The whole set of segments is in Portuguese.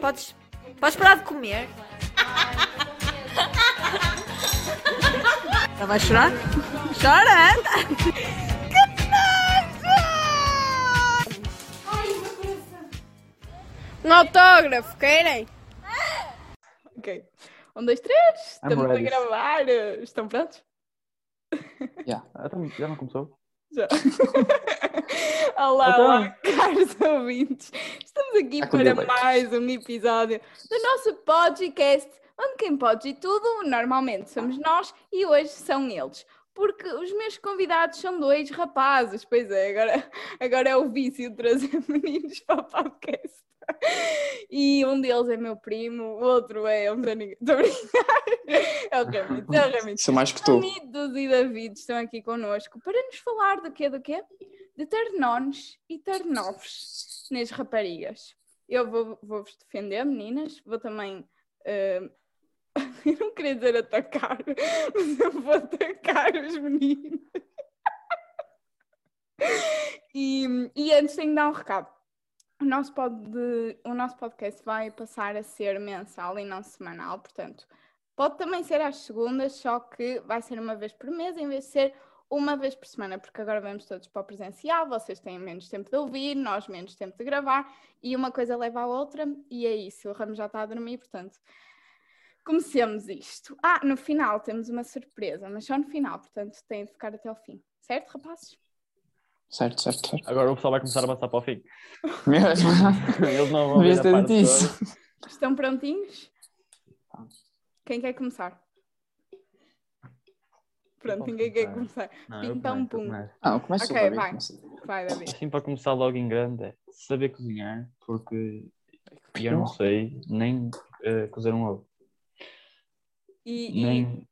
Podes, podes parar de comer? Ela vai chorar? Chora, é? anda! Um autógrafo, querem? Ok. Um, dois, três. I'm Estamos a ready. gravar. Estão prontos? Yeah. Ah, então, Já não começou? Já. olá, Então. olá, caros ouvintes. Estamos aqui Ah, para comida. mais um episódio do nosso podcast, onde quem pode e tudo, normalmente somos nós e hoje são eles. Porque os meus convidados são dois rapazes, pois é, agora, agora é o vício de trazer meninos para o podcast. E um deles é meu primo, o outro é um amigo. Estou a brincar. É o Ramiro, é o Ramiro. Sou mais que tu. Amidos e David estão aqui connosco para nos falar do quê, do quê? De ternones e ternovos nas raparigas. Eu vou- vou-vos defender, meninas, vou também... eh, eu não queria dizer atacar, mas eu vou atacar os meninos. E, e antes tenho de dar um recado. O nosso, pod- de- o nosso podcast vai passar a ser mensal e não semanal, portanto, pode também ser às segundas, só que vai ser uma vez por mês em vez de ser uma vez por semana, porque agora vamos todos para o presencial, vocês têm menos tempo de ouvir, nós menos tempo de gravar, e uma coisa leva à outra, e é isso, o Ramos já está a dormir, portanto, comecemos isto. Ah, no final temos uma surpresa, mas só no final, portanto, têm de ficar até o fim. Certo, rapazes? Certo, certo, certo. Agora o pessoal vai começar a passar para o fim. Mesmo. Eles não vão Devias ver a ter parte dito isso. toda. Estão prontinhos? Quem quer começar? Pronto, posso ninguém quer começar. começar. Não, eu Pim, pam, um começo, eu pum. começo. Não, começa Ok, o David, vai. começa. Vai, David. Assim, para começar logo em grande, é saber cozinhar, porque eu não sei nem eh, cozer um ovo. E, e- Nem...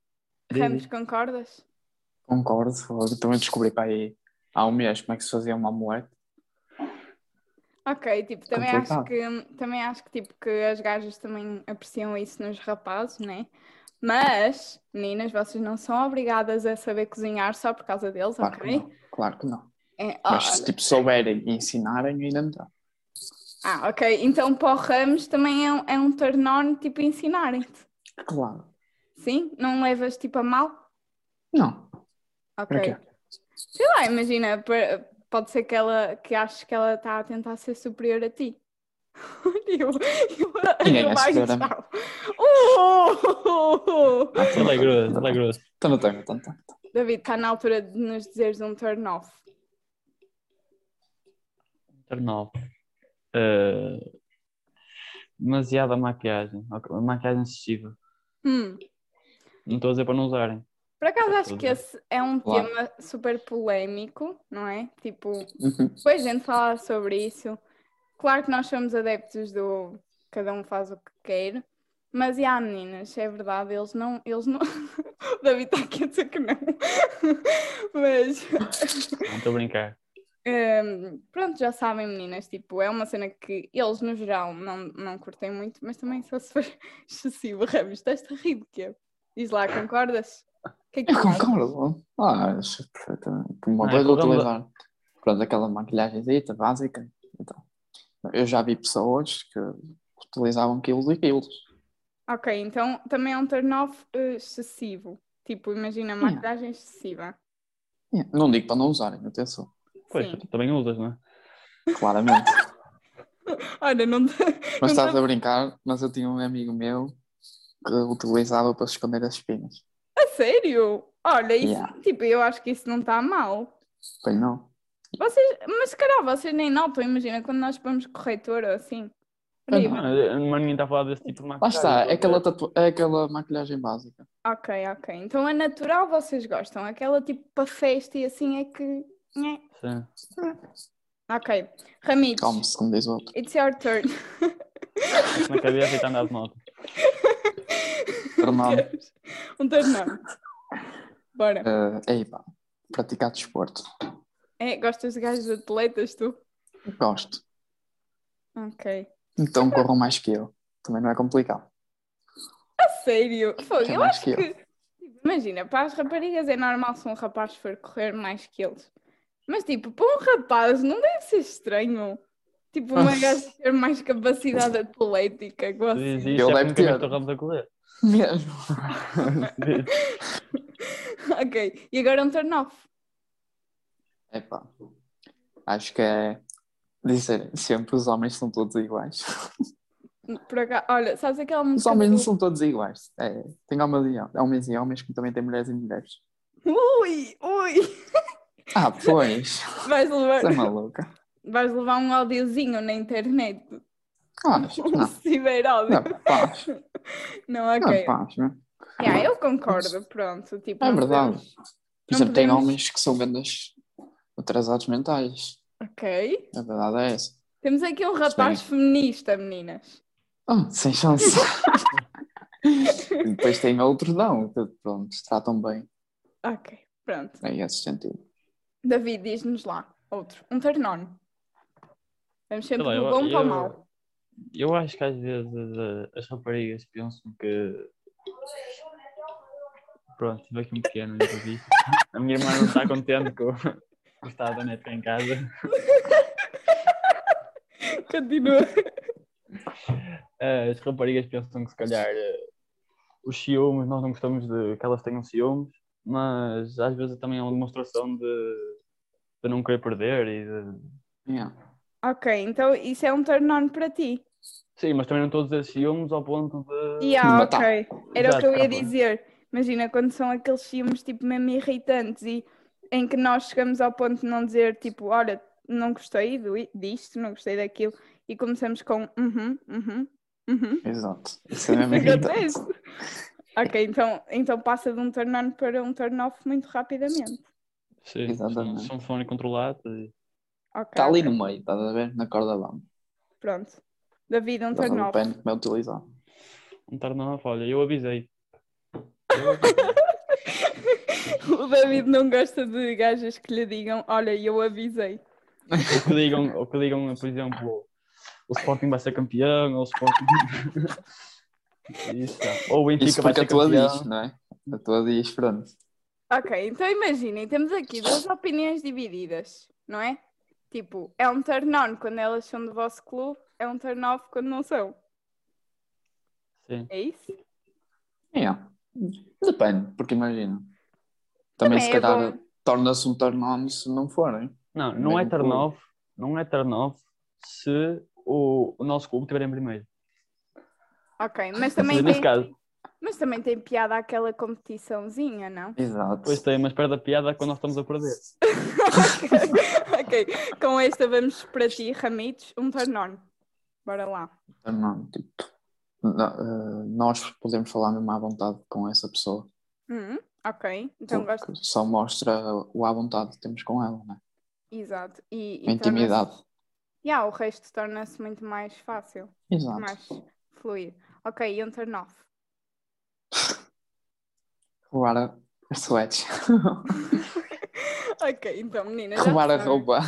Ramos, concordas? Concordo. Eu também descobri para aí há um mês como é que se fazia uma omelete. Ok, tipo, também acho Complicado. que também acho que tipo que as gajas também apreciam isso nos rapazes, né? Mas, meninas, vocês não são obrigadas a saber cozinhar só por causa deles, Claro que ok? não. Claro que não. É, Mas olha. se tipo, souberem e ensinarem, ainda me dá. Ah, ok. Então para o Ramos também é um, é um turn on tipo ensinarem-te. Claro. Sim? Não levas tipo a mal? Não. Ok. Para quê? Sei lá, imagina, pa- pode ser que ela que aches que ela está a tentar ser superior a ti. eu, eu, Ninguém eu é acho superior a mim. tal. Uh! Ah, Ele tá. é grosso, ele é grosso. Então não tenho, então não tenho. David, está na altura de nos dizeres um turn off. Turn-off. Eh, demasiada maquiagem. ok, Maquiagem excessiva. Hum. Não estou a dizer para não usarem. Por acaso Tá acho tudo que bem. esse é um Uhum. Claro. tema super polémico, não é? Tipo, Uhum. depois a gente fala sobre isso. Claro que nós somos adeptos do cada um faz o que quer, mas e há meninas, é verdade, eles não, eles não. O David está aqui a dizer que não. mas Não estou a brincar. Hum, pronto, já sabem, meninas, tipo, é uma cena que eles no geral não, não curtem muito, mas também só se for excessivo, Ramos, estás a rir de quê? Diz lá, concordas? O Que é que Eu tu achas? concordo. Ah, acho perfeitamente. Uma Ah, vez concordo. utilizar. Pronto, aquela maquilhagemzita básica. Então, eu já vi pessoas que utilizavam quilos e quilos. Ok, então também é um turn off eh, excessivo. Tipo, imagina, Yeah. maquiagem excessiva. Yeah. Não digo para não usarem, atenção. Pois, Sim. tu também usas, não é? Claramente. Olha, não te... Mas Não estás a brincar, mas eu tinha um amigo meu que utilizava para esconder as espinhas. a sério? Olha, isso, Yeah. tipo, eu acho que isso não está mal. Pois não. Vocês, mas se calhar vocês nem notam, imagina, quando nós pomos corretor ou assim. Ah, Horrível. Não, Mas ninguém está a falar desse tipo de Lá maquiagem. está, é aquela, tatu... é aquela maquilhagem básica. Ok, ok. Então a natural vocês gostam. Aquela tipo para festa e assim é que. Nhé. Sim. Ok. Ramiro, Calma-se, como diz o outro. it's your turn. Na cabeça e está a andar de moto. Fernando, um turn on. Bora. eh, ei pá, praticar desporto. É, gostas de gajos atletas, tu? Gosto. Ok. Então corram mais que eu. Também não é complicado. A sério? Fogo, Quem eu mais acho que que. eu? Tipo, Imagina, para as raparigas é normal se um rapaz for correr mais que eles. Mas tipo, para um rapaz não deve ser estranho. Tipo, uma gaja ter mais capacidade atlética que você. Diz isso, Eu é lembro praticamente ter. o Ramos a correr. Mesmo. ok, e agora um turn off. Epá. Acho que é dizer sempre os homens são todos iguais. Por acaso, olha, sabes aquela música. Os homens não do- são todos iguais. É, tem homens e, homens e homens, como também tem mulheres e mulheres. Ui, ui! Ah, pois. Vais levar, Você é maluca. vais levar um audiozinho na internet. Ah, acho que Um não. ciberódio. Não, é paz. Não, Não, é ok. paz, não. Yeah, eu concordo, pronto. Tipo, É não verdade. podemos- Por exemplo, tem podemos- homens que são grandes atrasados mentais. Ok. A verdade é essa. Temos aqui um rapaz feminista, meninas. Ah, sem chance. E Depois tem outros não, que pronto, se tratam bem. Ok, pronto. É esse sentido. David, diz-nos lá. Outro. Um turn on. Vamos sempre Sei lá, do eu- bom para o eu- mal. Eu acho que às vezes eh, as raparigas pensam que. Pronto, tive aqui um pequeno imprevisto. A minha irmã não está contente com o estado da neta cá em casa. Continua. Eh, As raparigas pensam que se calhar eh, os ciúmes, nós não gostamos de que elas tenham ciúmes, mas às vezes também é uma demonstração de, de não querer perder e de. Yeah. Ok, então isso é um turn on para ti. Sim, mas também não estou a dizer ciúmes ao ponto de. E ah, matar. ok. Era o Exato, que eu ia acabou. dizer. Imagina quando são aqueles filmes tipo mesmo irritantes e em que nós chegamos ao ponto de não dizer tipo, olha, não gostei do, disto, não gostei daquilo e começamos com uhum, uhum, uhum. Exato. Isso é mesmo Isso irritante. acontece. Ok, então, então passa de um turn on para um turn off muito rapidamente. Sim, são, Exatamente. são fone controlado. e- Ok, Está Tá Tá ali ok, no meio, estás a ver? Na corda bamba. pronto. David, um Tá Dá turn o off. pano como é utilizado. Não tá tarde não, olha, eu avisei. O David não gosta de gajas que lhe digam, olha, eu avisei. Ou que digam, ou que digam por exemplo, o Sporting vai ser campeão, ou o Sporting. Isso, tá. ou o Isso Benfica vai porque ser a tua campeão. diz, não é? A tua diz, pronto. Ok, então imaginem, temos aqui duas opiniões divididas, não é? Tipo, é um turn on quando elas são do vosso clube, é um turn off quando não são. Sim. É isso? Yeah. É. Depende, porque imagina. Também, Também se é calhar torna-se um turn on se não forem. Não, não é Mesmo turn clube. off, não é turn off se o, o nosso clube estiver em primeiro. Ok, mas Ou seja, também, nesse tem, caso, mas também tem piada aquela competiçãozinha, não? Exato. pois tem, mas perde a piada quando nós estamos a perder. ok, com esta vamos para ti, Ramitos, um turn on. Bora lá. Turn on, tipo. no- eh, nós podemos falar mesmo à vontade com essa pessoa. Hum, ok, então gosto. porque só mostra o à vontade que temos com ela, né? Exato. E, A e torna-se- intimidade. Yeah, o resto torna-se muito mais fácil, Exato. mais fluido. Ok, e um turn off. Roubar a a sweats. Ok, então meninas. já Roubar a sabem. roupa.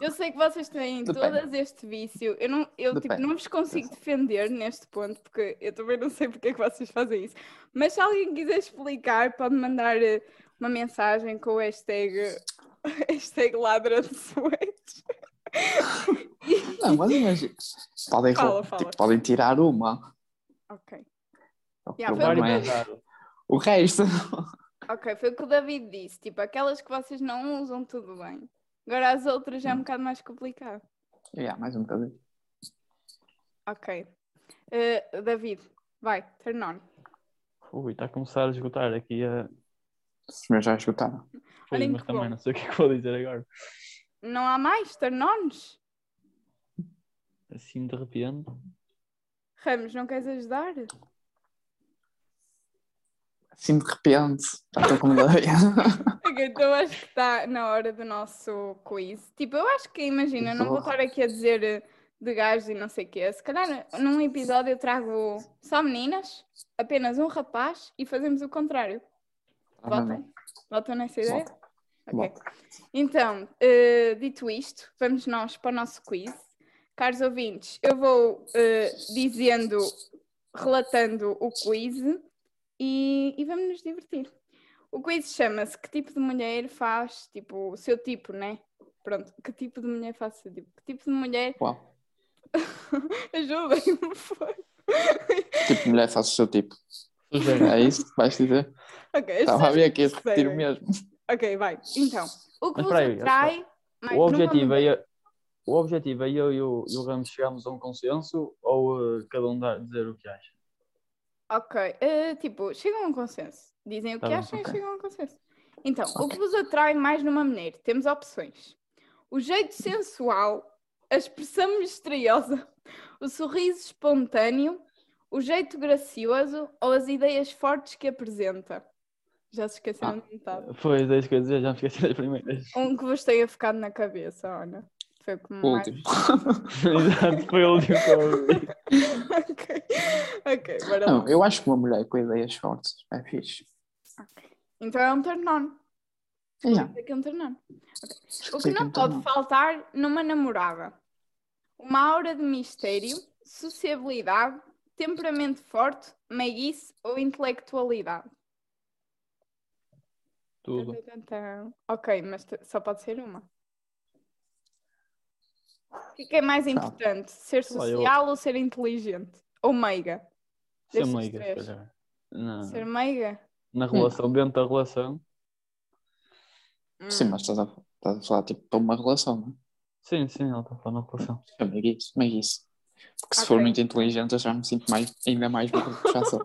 Eu sei que vocês têm Depende. todas este vício. Eu não, eu, tipo, Depende. não vos consigo defender neste ponto, porque eu também não sei porque é que vocês fazem isso. Mas se alguém quiser explicar, pode mandar eh, uma mensagem com o hashtag, hashtag ladra de suetes. Não, mas imagina. Podem, Fala, rou- fala. tipo, podem tirar uma. Ok. O Yeah, foi problema Várias é vezes. o resto. Ok, foi o que o David disse. Tipo, aquelas que vocês não usam, tudo bem. Agora as outras Hum. já é um bocado mais complicado. yeah, mais um bocadinho. Ok. Eh, David, vai, turn on. Ui, está a começar a esgotar aqui a. Os meus já escutaram. Pois, Olhem mas que também bom. não sei o que é que vou dizer agora. Não há mais turn ons? Assim de repente. Ramos, não queres ajudar? Assim de repente. Já estou com ideia. Ok, então acho que está na hora do nosso quiz. Tipo, eu acho que, imagina, eu não vou Porra. estar aqui a dizer eh, de gajos e não sei o quê. Se calhar eh, num episódio eu trago só meninas, apenas um rapaz e fazemos o contrário. Ah, Votem? Votam nessa ideia? Volta. Ok. Então, eh, dito isto, vamos nós para o nosso quiz. Caros ouvintes, eu vou eh, dizendo, relatando o quiz e, e vamos nos divertir. O quiz chama-se Que tipo de mulher faz, tipo, o seu tipo, né? Pronto, que tipo de mulher É faz o seu tipo? Que tipo de mulher Uau. Ajudem-me, foi. Tipo, mulher, faço o seu tipo. Sujeira. É isso que vais dizer? Ok, Tá, Estava a ver aqui a sei repetir o bem. mesmo. ok, vai. Então, o que Mas vos espera aí, atrai... mais O objetivo é eu- o objetivo é eu e o, e o Ramos chegarmos a um consenso ou eh, cada um dar- dizer o que acha? Ok, eh, tipo, chegam a um consenso. Dizem o Tá que bem, acham ok. e chegam a um consenso. Então, o que Ok. vos atrai mais numa mulher? Temos opções. O jeito sensual, a expressão misteriosa, o sorriso espontâneo, o jeito gracioso ou as ideias fortes que apresenta. Já se esqueceram Ah. de metade. Foi é isso que eu ia dizer, já me esqueci das primeiras. Um que vos tenha ficado na cabeça, olha. Foi o que O mais... último. Exato, foi o último que eu ouvi. ok, ok, bora lá. Não, eu acho que uma mulher com ideias fortes é fixe. Então é um turn-on. E já, então, Tem que um turn-on. O que tem não entrar, pode faltar numa namorada? Uma aura de mistério, sociabilidade, temperamento forte, meiguice ou intelectualidade. Tudo. Tantantã. Ok, mas t- só pode ser uma. O que é que é mais importante? Ser Sei lá, Tá. eu- social ou ser inteligente? Ou meiga? Ser Destes meiga, é. se três. calhar. Na, Ser um meiga? na relação, dentro da relação. Hum. Sim, mas estás a, estás a falar tipo para uma relação, não Sim, sim, ela está a falar na relação. é? É meiguice, meiguice. Porque se Ok. for muito inteligente eu já me sinto mais, ainda mais burro que já sou.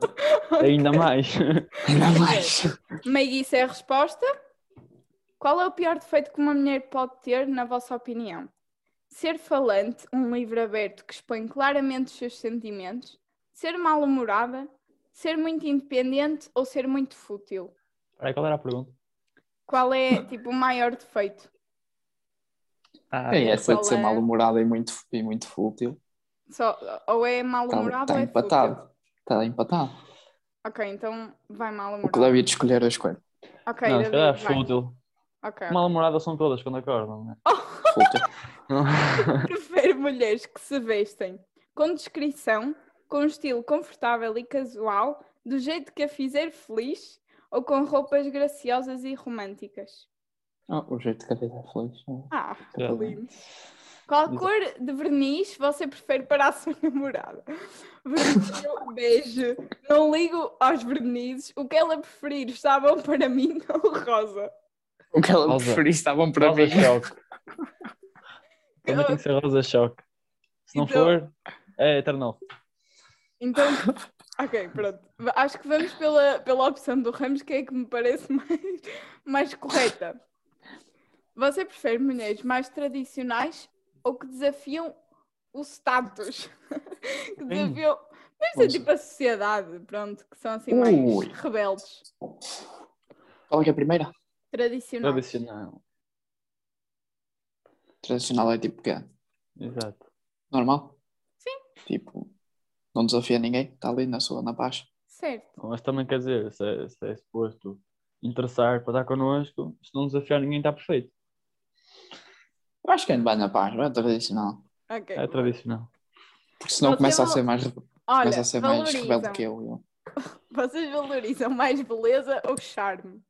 Ainda mais. Ainda mais. Meiguice é a resposta. Qual é o pior defeito que uma mulher pode ter, na vossa opinião? Ser falante, um livro aberto que expõe claramente os seus sentimentos, ser mal-humorada, ser muito independente ou ser muito fútil? Peraí, qual era a pergunta? Qual é, tipo, o maior defeito? Ah, É essa de ser Qual é? mal-humorada e muito, e muito fútil. Só, ou é Está mal-humorada tá ou é fútil? empatado. Está empatado. Ok, então vai O que mal-humorada. David escolher é a escolha. Ok, não, se calhar David, é vai. fútil. Ok. Mal-humorada são todas quando acordam, né? Fútil. Prefiro mulheres que se vestem com descrição, com um estilo confortável e casual, do jeito que a fizer feliz ou com roupas graciosas e românticas. Ah, o jeito que a vida é feliz. Ah, Já. lindo. Qual cor de verniz você prefere para a sua namorada? Vermelho, beijo. Não ligo aos vernizes. O que ela preferir está bom para mim ou rosa? O que ela Rosa. preferir está bom para Rosa mim. choque. Também tem que ser rosa choque. Se não Então- for, é eternal. Então, ok, pronto. Va- Acho que vamos pela, pela opção do Ramos, que é que me parece mais, mais correta. Você prefere mulheres mais tradicionais ou que desafiam o status? Que desafiam. Deve ser Vamos- tipo a sociedade, pronto, que são assim mais Ui. rebeldes. Qual é que é a primeira? Tradicionais. Tradicional. Tradicional é tipo que é Exato. normal. Sim. Tipo, não desafia ninguém. Está ali na sua, na paz. Certo. Mas também quer dizer, se é, se é suposto interessar para estar connosco, se não desafiar ninguém está perfeito. Eu acho que ainda vai na paz, não é tradicional. Ok. É tradicional. Porque senão Você começa a não- ser mais, Olha, começa a ser mais valorizam. rebelde que eu. eu. Vocês valorizam mais beleza ou charme?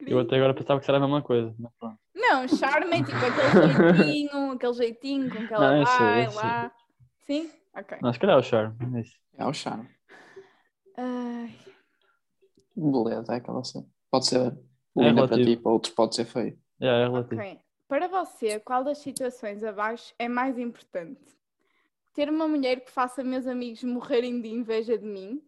Eu até agora pensava que era a mesma coisa. Mas pronto. Não, charme é tipo aquele jeitinho, aquele jeitinho com que ela Não, eu sei, vai eu sei. lá. Sim? Ok. Não, se calhar é o charme. é isso. É o charme. Ai, Beleza, é aquela cena. Pode ser É linda para ti, relativo. para outros pode ser feio. É, é relativo. ok. Para você, qual das situações abaixo é mais importante? Ter uma mulher que faça meus amigos morrerem de inveja de mim?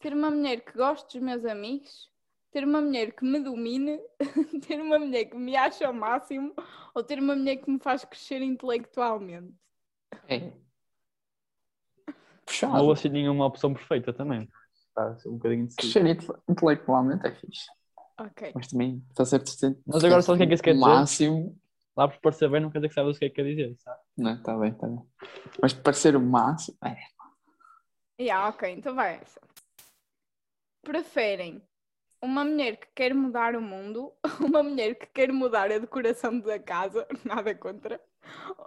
Ter uma mulher que goste dos meus amigos? Ter uma mulher que me domine? ter uma mulher que me acha ao máximo? Ou ter uma mulher que me faz crescer intelectualmente? É. Não Puxado. houve assim nenhuma opção perfeita também. Está a ser um bocadinho indeciso. Crescer inte- intelectualmente é fixe. Ok. Mas também está certo de Mas agora sabe o que é que isso quer O dizer? máximo. Lá por parecer bem não quer dizer que sabes o que é que quer dizer, sabe? Não, está bem, está bem. Mas parecer o máximo. É. Yeah, ok, então vai essa. Preferem uma mulher que quer mudar o mundo, uma mulher que quer mudar a decoração da casa, nada contra,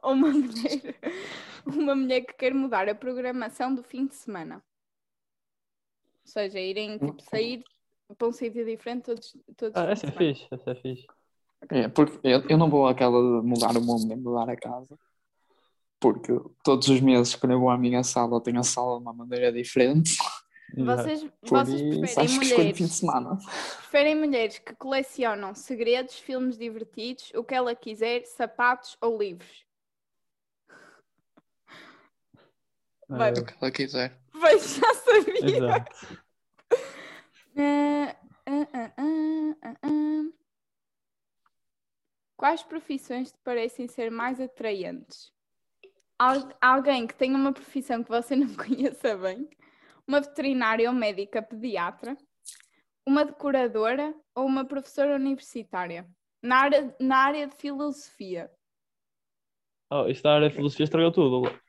ou uma mulher, uma mulher que quer mudar a programação do fim de semana. Ou Hum. seja, irem tipo, sair para um sítio diferente todos, todos Ah, os fins essa é de semana. fixe, essa é fixe. É, porque eu, eu não vou àquela de mudar o mundo nem mudar a casa, porque todos os meses quando eu vou à minha sala eu tenho a sala de uma maneira diferente, Vocês, é por vocês isso acho que preferem escolho fim de mulheres, semana. preferem mulheres que colecionam segredos, filmes divertidos, o que ela quiser, sapatos ou livros? Vai, O que ela quiser. Pois já Eh, sabia. exato. Ah, ah, ah, ah, ah, ah. Quais profissões te parecem ser mais atraentes? Al- alguém que tenha uma profissão que você não conheça bem, uma veterinária ou médica pediatra, uma decoradora ou uma professora universitária na área, na área de filosofia. Oh, isto da área de filosofia estragou tudo.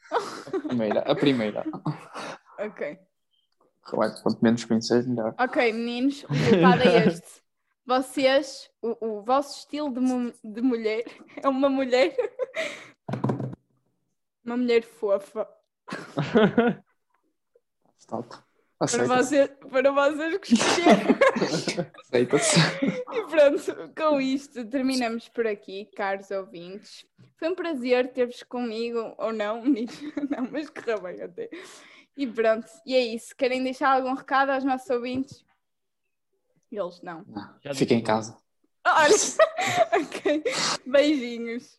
A primeira, a primeira. Ok. Claro, quanto menos conheces, melhor. Ok, meninos, o resultado é este. Vocês, o, o vosso estilo de, mu- de mulher é uma mulher. Uma mulher fofa. Stop. Para Aceita-se. vocês, para vocês gostarem. Aceita-se. E pronto, com isto terminamos por aqui, caros ouvintes. Foi um prazer ter-vos comigo, ou não, meninos. Não, mas correu bem até. E pronto, e é isso. Querem deixar algum recado aos nossos ouvintes? Eles não. Não, Já Fica em disse. casa. Olha, ok. Beijinhos.